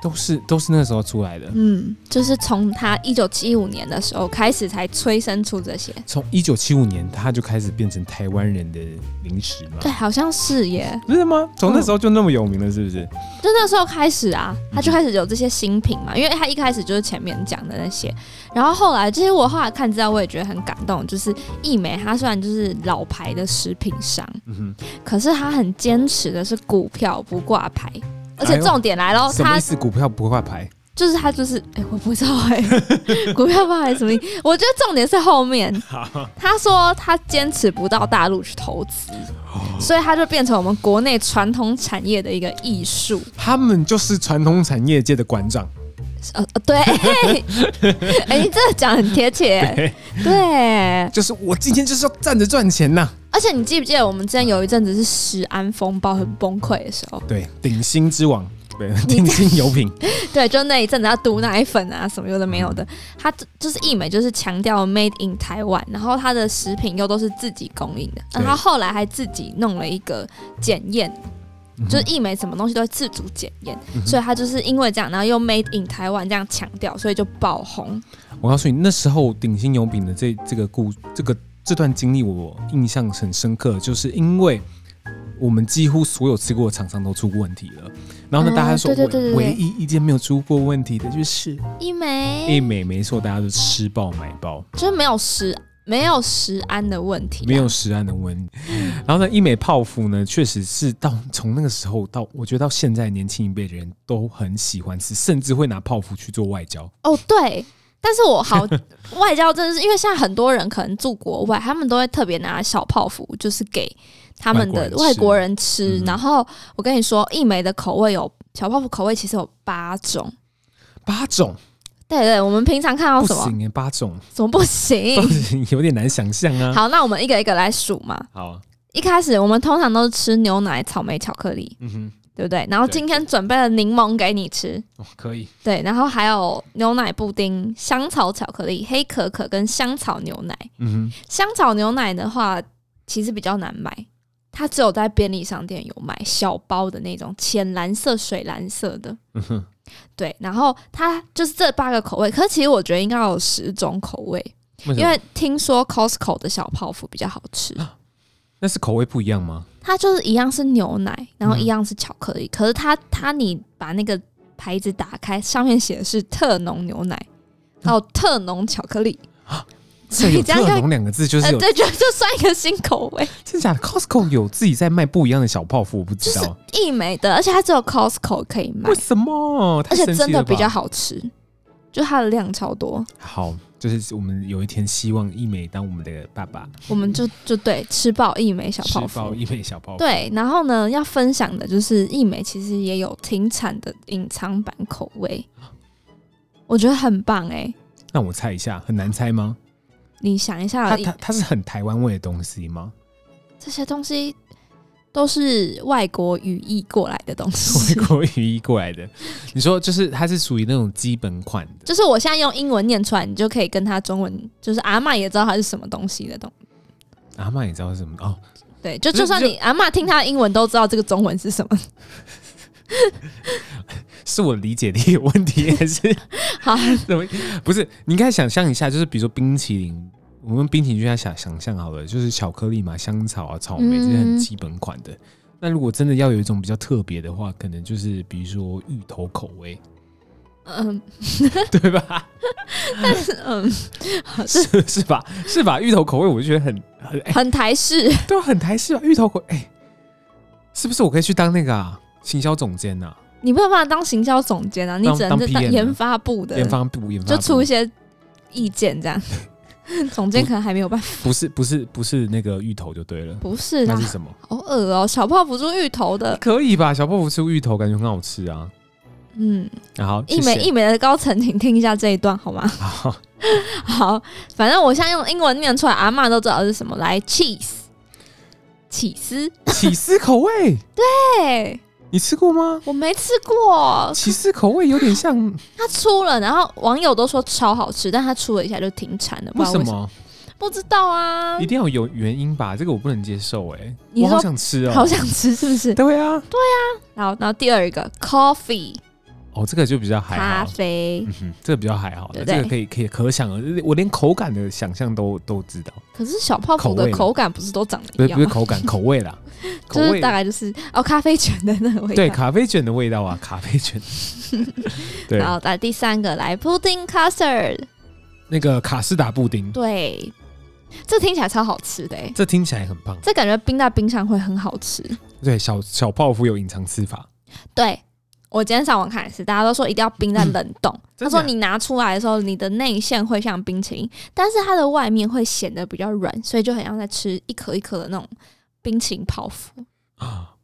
S1: 都是都是那时候出来的。
S2: 嗯，就是从他一九七五年的时候开始才催生出这些。
S1: 从一九七五年，他就开始变成台湾人的零食嘛？
S2: 对，，嗯好像是耶，
S1: 真的吗？从那时候就那么有名了，是不是？
S2: 就那时候开始啊，
S1: 嗯
S2: 他就开始有这些新品嘛，因为他一开始就是前面讲的那些，然后后来，其实我后来看资料，我也觉得很感动，就是益美，它虽然就是老牌的食品商，
S1: 嗯
S2: 可是它很坚持的是股票不挂牌，而
S1: 哎
S2: 且
S1: 呦
S2: 重点来喽
S1: 哼，，什么
S2: 它
S1: 意思？股票不挂牌？
S2: 就是它就是，哎、我不知道 哎、股票不挂牌什么意思？我觉得重点是后面，他说他坚持不到大陆去投资，
S1: 哦
S2: 所以他就变成我们国内传统产业的一个艺术。
S1: 他们就是传统产业界的馆长。
S2: 呃，呃对， 哎、你这个讲很贴切、欸
S1: 对
S2: 对，
S1: 就是我今天就是要站着赚钱呐、
S2: 而且你记不记得我们之前有一阵子是食安风暴很崩溃的时候？
S1: 对，顶薪之王，对，顶薪油品，
S2: 对，就那一阵子他毒奶粉啊什么有的没有的，他就是益美就是强调 made in 台湾，然后他的食品又都是自己供应的，
S1: 对
S2: 然后后来还自己弄了一个检验。
S1: 嗯
S2: 就是益美什么东西都会自主检验，所以他就是因为这样，然后又 made in 台湾这样强调，所以就爆红。
S1: 我告诉你，那时候顶新油饼的这这个故这个这段经历，我印象很深刻，就是因为我们几乎所有吃过的厂商都出过问题了，然后呢，
S2: 哦
S1: 大家说
S2: 对对
S1: 唯
S2: 对对对
S1: 唯一一件没有出过问题的就是
S2: 益
S1: 一
S2: 美
S1: 美，没错，大家都吃爆买爆，
S2: 就是没有食没有食安的问题啊、
S1: 没有食安的问题。然后呢，一美泡芙呢，确实是到从那个时候到，我觉得到现在年轻一辈的人都很喜欢吃，甚至会拿泡芙去做外交。
S2: 哦，对，但是我好外交真的是，因为现在很多人可能住国外，他们都会特别拿小泡芙，就是给他们的
S1: 外
S2: 外
S1: 国
S2: 国人吃。
S1: 嗯
S2: 然后我跟你说，一枚的口味有小泡芙口味其实有八种。
S1: 八种
S2: 对对，我们平常看到
S1: 不
S2: 什么
S1: 行耶，八种
S2: 怎么不
S1: 不
S2: 行？
S1: 行，有点难想象啊。
S2: 好，那我们一个一个来数嘛。
S1: 好啊，
S2: 一开始我们通常都是吃牛奶、草莓、巧克力，
S1: 嗯哼。
S2: 对不对？然后
S1: 对
S2: 今天准备了柠檬给你吃，
S1: 哦，可以，
S2: 对，然后还有牛奶布丁、香草巧克力、黑可可跟香草牛奶。
S1: 嗯
S2: 香草牛奶的话，其实比较难买，它只有在便利商店有卖小包的那种浅蓝色、水蓝色的。
S1: 哼，嗯哼，
S2: 对，然后它就是这八个口味，可是其实我觉得应该有十种口味，
S1: 为什
S2: 因
S1: 么？
S2: 为听说 Costco 的小泡芙比较好吃，
S1: 那是口味不一样 吗？
S2: 它就是一样是牛奶，然后
S1: 嗯
S2: 一样是巧克力，可是它它你把那个牌子打开，上面写的是特浓牛奶，还
S1: 嗯
S2: 有特浓巧克力，所
S1: 这
S2: 以
S1: 有
S2: 这样
S1: 特
S2: 就
S1: 浓两个字，就是
S2: 呃，
S1: 有
S2: 这就就算一个新口味。
S1: 真假的 Costco 有自己在卖不一样的小泡芙，我不知
S2: 就是
S1: 道
S2: 益美的，而且它只有 Costco 可以买
S1: 为，什么， 太
S2: 而且
S1: 神奇
S2: 真的
S1: 了吧嗯
S2: 比较好吃，就它的量超多，
S1: 好。就是我们有一天希望一美当我们的爸爸，
S2: 我们就就对吃爆益美小
S1: 吃
S2: 泡
S1: 爆
S2: 芙。
S1: 一美小泡芙。
S2: 对，然后呢，要分享的就是益美其实也有停产的隐藏版口味，我觉得很棒哎、
S1: 那我猜一下，很难猜吗？
S2: 你啊想一下
S1: 它，它它是很台湾味的东西吗？
S2: 这些东西都是外国语译过来的东西。
S1: 外国语译过来的。你说就是它是属于那种基本款的，
S2: 就是我现在用英文念出来，你就可以跟它中文，就是阿嬷也知道它是什么东西的东
S1: 阿妈也知道是什么哦，
S2: 对，就
S1: 就
S2: 就算
S1: 就
S2: 你阿嬷听他的英文都知道这个中文是什么。
S1: 是我理解力有问题还是
S2: 好，
S1: 怎么？不是，你应该想象一下，就是比如说冰淇淋，我们冰淇淋就在想想象好了，就是巧克力嘛、香草啊、草莓
S2: 嗯
S1: 这些很基本款的。那如果真的要有一种比较特别的话，可能就是比如说芋头口味，
S2: 嗯
S1: 对吧？
S2: 嗯，
S1: 是是吧？是吧？芋头口味我就觉得很很哎，
S2: 很台式。
S1: 都很台式啊，芋头口哎、是不是我可以去当那个啊行销总监呐、啊？
S2: 你没有办法当行销总监啊，你
S1: 当
S2: 只能在
S1: 当 PM
S2: 当
S1: 啊
S2: 研发部的，
S1: 研发部研发
S2: 就
S1: 部
S2: 出一些意见这样。 总监可能还没有办法，
S1: 不是不是不是那个芋头就对了，
S2: 不是啊
S1: 那
S2: 啦
S1: 是，什 么？
S2: 好恶哦、小泡芙是芋头的，
S1: 可以吧？小泡芙吃芋头感觉很好吃啊。
S2: 嗯，
S1: 然后
S2: 一美一美的高层，请听一下这一段好吗？
S1: 好，
S2: 好，反正我现在用英文念出来，阿嬷都知道是什么。来，cheese，起司，
S1: 起司口味，
S2: 对
S1: 你吃过吗？
S2: 我没吃过，
S1: 起司口味有点像，
S2: 它出了，然后网友都说超好吃，但它出了一下就停产了，不
S1: 为
S2: 知道
S1: 什
S2: 为什么？
S1: 么？
S2: 不知道啊
S1: 一，定要有原因吧？这个我不能接受哎、
S2: 你
S1: 我好
S2: 说
S1: 想吃哦、
S2: 好想吃是 不是？
S1: 对啊，
S2: 然后，然后第二个 coffee
S1: 哦，这个就比较还
S2: 咖
S1: 好，
S2: 啡
S1: 嗯，哼，这个比较还好，
S2: 对不对
S1: 这个可以可以可想而知，我连口感的想象都都知道，
S2: 可是小泡芙
S1: 口
S2: 的
S1: 味呢
S2: 口感不是都长
S1: 不
S2: 得一
S1: 是不
S2: 样
S1: 是
S2: 吗？
S1: 口感，口味啦，口
S2: 就是
S1: 味
S2: 大概就是哦，咖啡卷的那个味道。
S1: 对咖啡卷的味道啊，咖啡卷，对
S2: 然，后来第三个来 pudding
S1: 嗯
S2: custard，
S1: 那个卡士达布丁，
S2: 对，这听起来超好吃的欸
S1: 这听起来很棒。
S2: 这感觉冰在冰箱会很好吃。
S1: 对，小小泡芙有隐藏吃法，
S2: 对我今天上网看也是，大家都说一定要冰在冷冻。他
S1: 真
S2: 说
S1: 假
S2: 你拿出嗯来的时候，你的内馅会像冰淇淋，但是它的外面会显得比较软，所以就很像在吃一颗一颗的那种冰淇淋泡芙。
S1: 啊，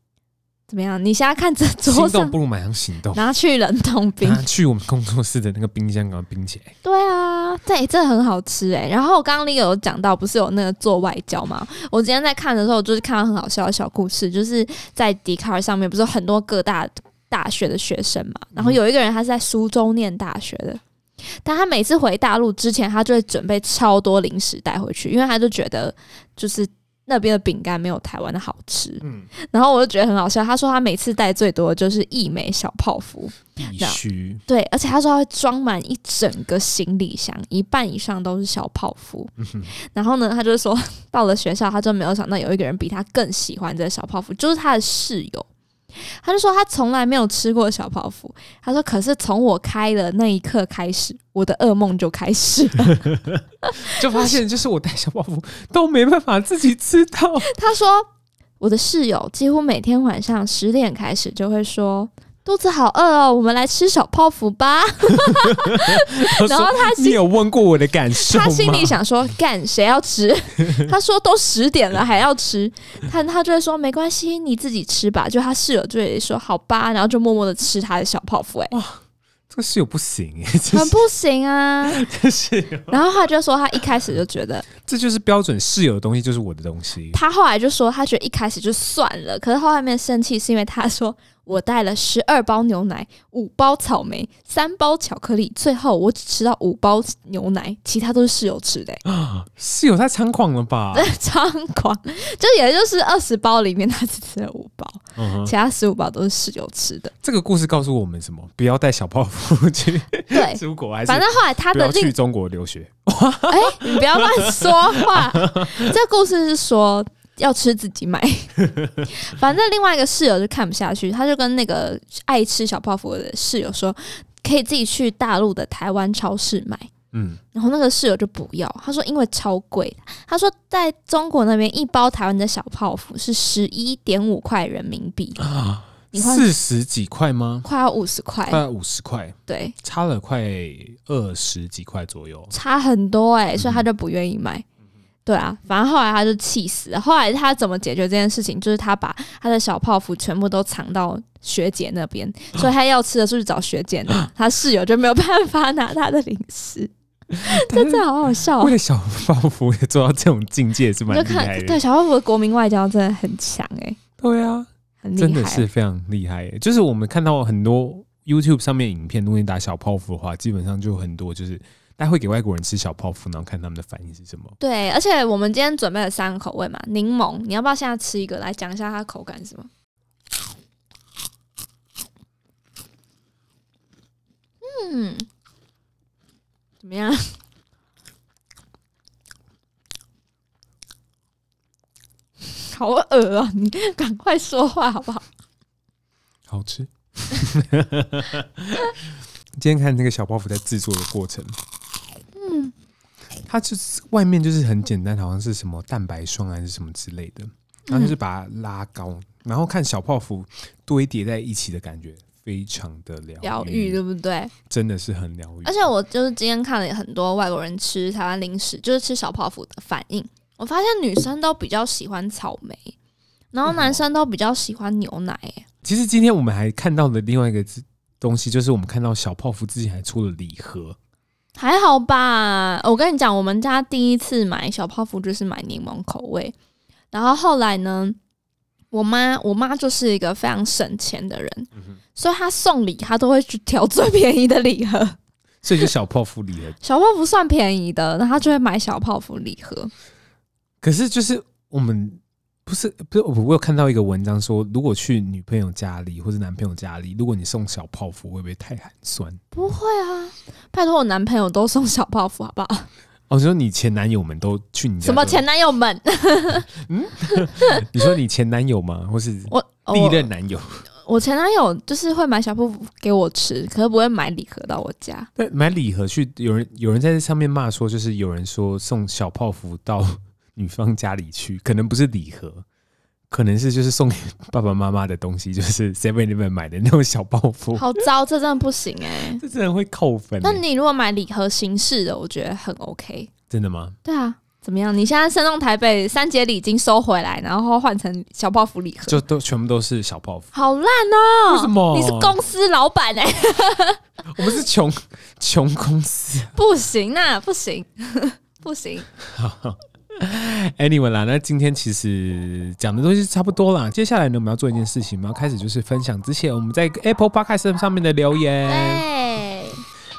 S2: 怎么样？你现在看这桌
S1: 心动
S2: 上
S1: 不如马上行动。
S2: 拿去冷冻冰，
S1: 拿去我们工作室的那个冰箱给它冰起来，
S2: 对啊，对，这很好吃哎、然后刚刚 Leo 有讲到，不是有那个做外交吗？我今天在看的时候，就是看到很好笑的小故事，就是在迪卡尔上面，不是有很多各大大学的学生嘛？然后有一个人他是在苏州念大学的，但他每次回大陆之前，他就会准备超多零食带回去，因为他就觉得就是那边的饼干没有台湾的好吃。
S1: 嗯，
S2: 然后我就觉得很好笑，他说他每次带最多的就是一枚小泡芙。
S1: 必
S2: 这样
S1: 须，
S2: 对，而且他说他会装满一整个行李箱，一半以上都是小泡芙。
S1: 嗯哼
S2: 然后呢，他就说到了学校，他就没有想到有一个人比他更喜欢这个小泡芙，就是他的室友。他就说他从来没有吃过小泡芙，他说可是从我开的那一刻开始，我的噩梦就开始了。
S1: 就发现就是我带小泡芙都没办法自己吃到，
S2: 他说我的室友几乎每天晚上十点开始就会说。肚子好饿哦，我们来吃小泡芙吧。 然后
S1: 说
S2: 他心
S1: 你有问过我的感 受吗？
S2: 他心里，想说：“干，谁要吃？” 他说：“都十点了还要吃。他”他就会说：“没关系，你自己吃吧。”就他室友就会说：“好吧。”然后就默默的吃他的小泡芙、欸，
S1: 这个室友不行哎， 这
S2: 很不行啊。
S1: 这是
S2: 然后他就说，他一开始就觉得，
S1: 这就是标准室友的东西就是我的东西，
S2: 他后来就说，他觉得一开始就算了，可是后面生气是因为他说我带了十二包牛奶、五包草莓、三包巧克力，最后我只吃到五包牛奶，其他都是室友吃的、 欸
S1: 室友太猖狂了 吧？
S2: 猖狂，就也就是二十包里面他只吃了五包，
S1: 嗯哼
S2: 其他十五包都是室友吃 的。
S1: 这个故事告诉我们什么？不要带小泡芙去
S2: 对，
S1: 出国，还是
S2: 哎反正后来他
S1: 不
S2: 的
S1: 要
S2: 另
S1: 去中国留学？
S2: 哎、你不要乱说话。这故事是说要吃自 己买，反正另外一个室友就看不下去，他就跟那个爱吃小泡芙的室友说，可以自己去大陆的台湾超市买。
S1: 嗯，
S2: 然后那个室友就不要，他说因为超贵，他说在中国那边一包台湾的小泡芙是十一点五块人民币，
S1: 啊
S2: 你换哎
S1: 四十几块吗？
S2: 快要五十块，
S1: 快五十块，
S2: 对，
S1: 差了快二十几块左右。
S2: 差很多
S1: 嗯
S2: 哎、所以他就不愿意买。对啊，反正后来他就气死了。后来他怎么解决这件事情？就是他把他的小泡芙全部都藏到学姐那边，
S1: 啊
S2: 所以他要吃的是去找学姐 拿，他室友就没有办法拿他的零食，真的好 好笑、
S1: 为
S2: 哦。
S1: 了小泡芙也做到这种境界是
S2: 你
S1: 蛮
S2: 就
S1: 厉
S2: 看
S1: 害，
S2: 对
S1: 的，
S2: 小泡芙的国民外交真的很强哎、
S1: 对啊，
S2: 很厉害，
S1: 真的是非常厉害耶。就是我们看到很多 YouTube 上面影片，如果你打小泡芙的话，基本上就有很多就是大家会给外国人吃小泡芙，然后看他们的反应是什么。
S2: 对，而且我们今天准备了三个口味嘛，柠檬，你要不要现在吃一个来讲一下它的口感是什么？嗯，怎么样？ 好恶啊！你赶快说话好不好？
S1: 好吃。今天看那个小泡芙在制作的过程，嗯，它就是外面就是很简单，好像是什么蛋白霜还是什么之类的，然后就是把它拉高，然后看小泡芙堆叠在一起的感觉，非常的疗
S2: 疗愈对不对？
S1: 真的是很疗愈
S2: 而。且我就是今天看了很多外国人吃台湾零食，就是吃小泡芙的反应，我发现女生都比较喜欢草莓，然后男生都比较喜欢牛奶、欸。
S1: 其实今天我们还看到的另外一个之东西，就是我们看到小泡芙之前还出了礼盒，
S2: 还好吧，我跟你讲，我们家第一次买小泡芙就是买柠檬口味，然后后来呢，我妈我妈就是一个非常省钱的人，所以她送礼她都会去挑最便宜的礼盒。
S1: 所以就小泡芙礼盒。
S2: 小泡芙算便宜的，然后他就会买小泡芙礼盒。
S1: 可是就是我们不是不是我我有看到一个文章说，如果去女朋友家里或者男朋友家里，如果你送小泡芙，会不会太寒酸？
S2: 不会啊，拜托我男朋友都送小泡芙好不 好？
S1: 哦，你说你前男友们都去你家？
S2: 什么前？男友 们？
S1: 你说你前男友吗？或是
S2: 我
S1: 历
S2: 我
S1: 任男友？
S2: 我前男友就是会买小泡芙给我吃，可是不会买礼盒到我家。
S1: 那买礼盒去，有人有人在这上面骂说，就是有人说送小泡芙到女方家里去，可能不是礼盒，可能是就是送给 爸爸妈妈的东西，就是 Seven Eleven 买的那种小泡芙，
S2: 好糟，这真的不行哎、
S1: 这哦真的会扣分欸、
S2: 那你如果买礼盒形式的，我觉得很 OK。
S1: 真的吗？
S2: 对啊，怎么样？你现在身动台北三节礼金收回来，然后换成小泡芙礼盒，
S1: 就都全部都是小泡芙？
S2: 好烂哦、
S1: 为什么
S2: 你是公司老板哎、
S1: 我们是穷 穷公司。
S2: 不行啊，不行， 不行。
S1: Anyway 啦，那今天其实讲的东西差不多啦。接下来呢，我们要做一件事情，我们要开始就是分享之前我们在 Apple Podcast 上面的留言。
S2: 对，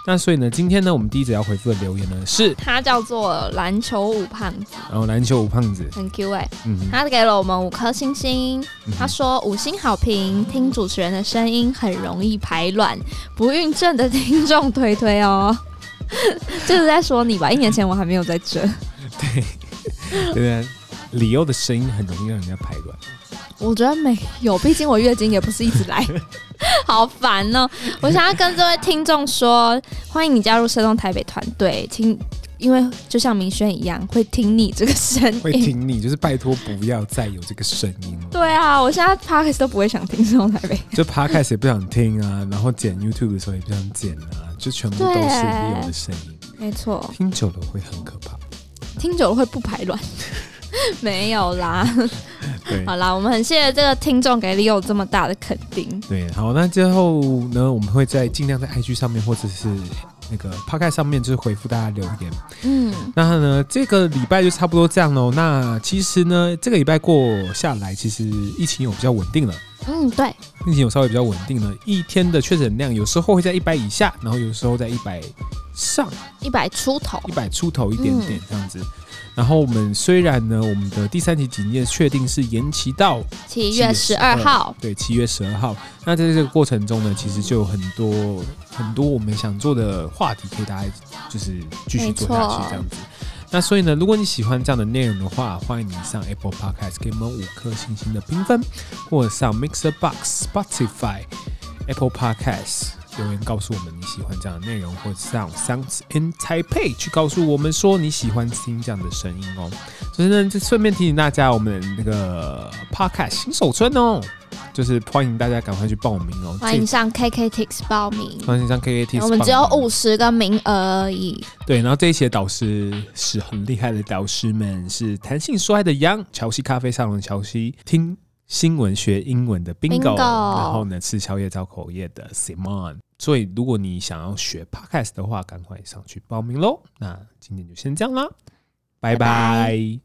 S1: 那所以呢，今天呢，我们第一则要回复的留言呢是，
S2: 他叫做篮球五胖子，
S1: 然后篮球五胖子，
S2: 很 Q 哎、
S1: 嗯，
S2: 他给了我们五颗星星
S1: 嗯，
S2: 他说五星好评，听主持人的声音很容易排卵，不孕症的听众推推哦。 就是在说你吧，一年前我还没有在这，
S1: 对 啊，理由的声音很容易让人家排卵。
S2: 我觉得没有，毕竟我月经也不是一直来， 好烦哦。我想要跟这位听众说，欢迎你加入社动台北团队，听，因为就像明轩一样，会听你这个声
S1: 会
S2: 音。
S1: 听你，就是拜托不要再有这个声音了。
S2: 对啊，我现在 podcast 都不会想听社动台北。
S1: 就 podcast 也不想听啊，然后剪 YouTube 的时候也不想剪啊，就全部都是
S2: 对
S1: Leo 的声音，
S2: 没错，
S1: 听久了会很可怕。
S2: 听久了会不排卵。 没有啦，
S1: 对。
S2: 好啦，我们很谢谢这个听众给 Leo 这么大的肯定。
S1: 对，好，那之后呢，我们会在尽量在 IG 上面或者是那个 Podcast 上面，就是回复大家留言。
S2: 嗯，
S1: 那呢，这个礼拜就差不多这样喽。那其实呢，这个礼拜过下来，其实疫情有比较稳定了，
S2: 嗯，对，
S1: 疫情有稍微比较稳定了，一天的确诊量有时候会在一百以下，然后有时候在一百上。
S2: 一百出头
S1: 一，百出头一点点这样子。然后我们虽然呢，我们的第三期检验确定是延期到
S2: 七月十二号，
S1: 对，七月十二号。那在这个过程中呢，其实就有很多很多我们想做的话题，可以大家就是继续做下
S2: 没
S1: 去
S2: 错
S1: 这样子。那所以呢，如果你喜欢这样的内容的话，欢迎你上 Apple Podcast 给我们五颗星星的评分，或者上 Mixer Box、Spotify、Apple Podcast 留言告诉我们你喜欢这样的内容，或者上 Sounds in Taipei 去告诉我们说你喜欢听这样的声音哦。所以呢，这顺便提醒大家，我们那个 Podcast 新手村哦，就是欢迎大家赶快去报名哦。
S2: 欢迎上 KKTix 报名
S1: 这，欢迎上 KKT，
S2: 我们只有五十个名额而已。
S1: 对，然后这一期的导师是很厉害的导师们，是弹性说爱的杨、乔西咖啡沙龙的乔西、听新闻学英文的 Bingo，,
S2: Bingo
S1: 然后呢吃宵夜造口业的 Simon。所以如果你想要学 Podcast 的话，赶快上去报名喽。那今天就先这样啦，拜
S2: 拜
S1: 拜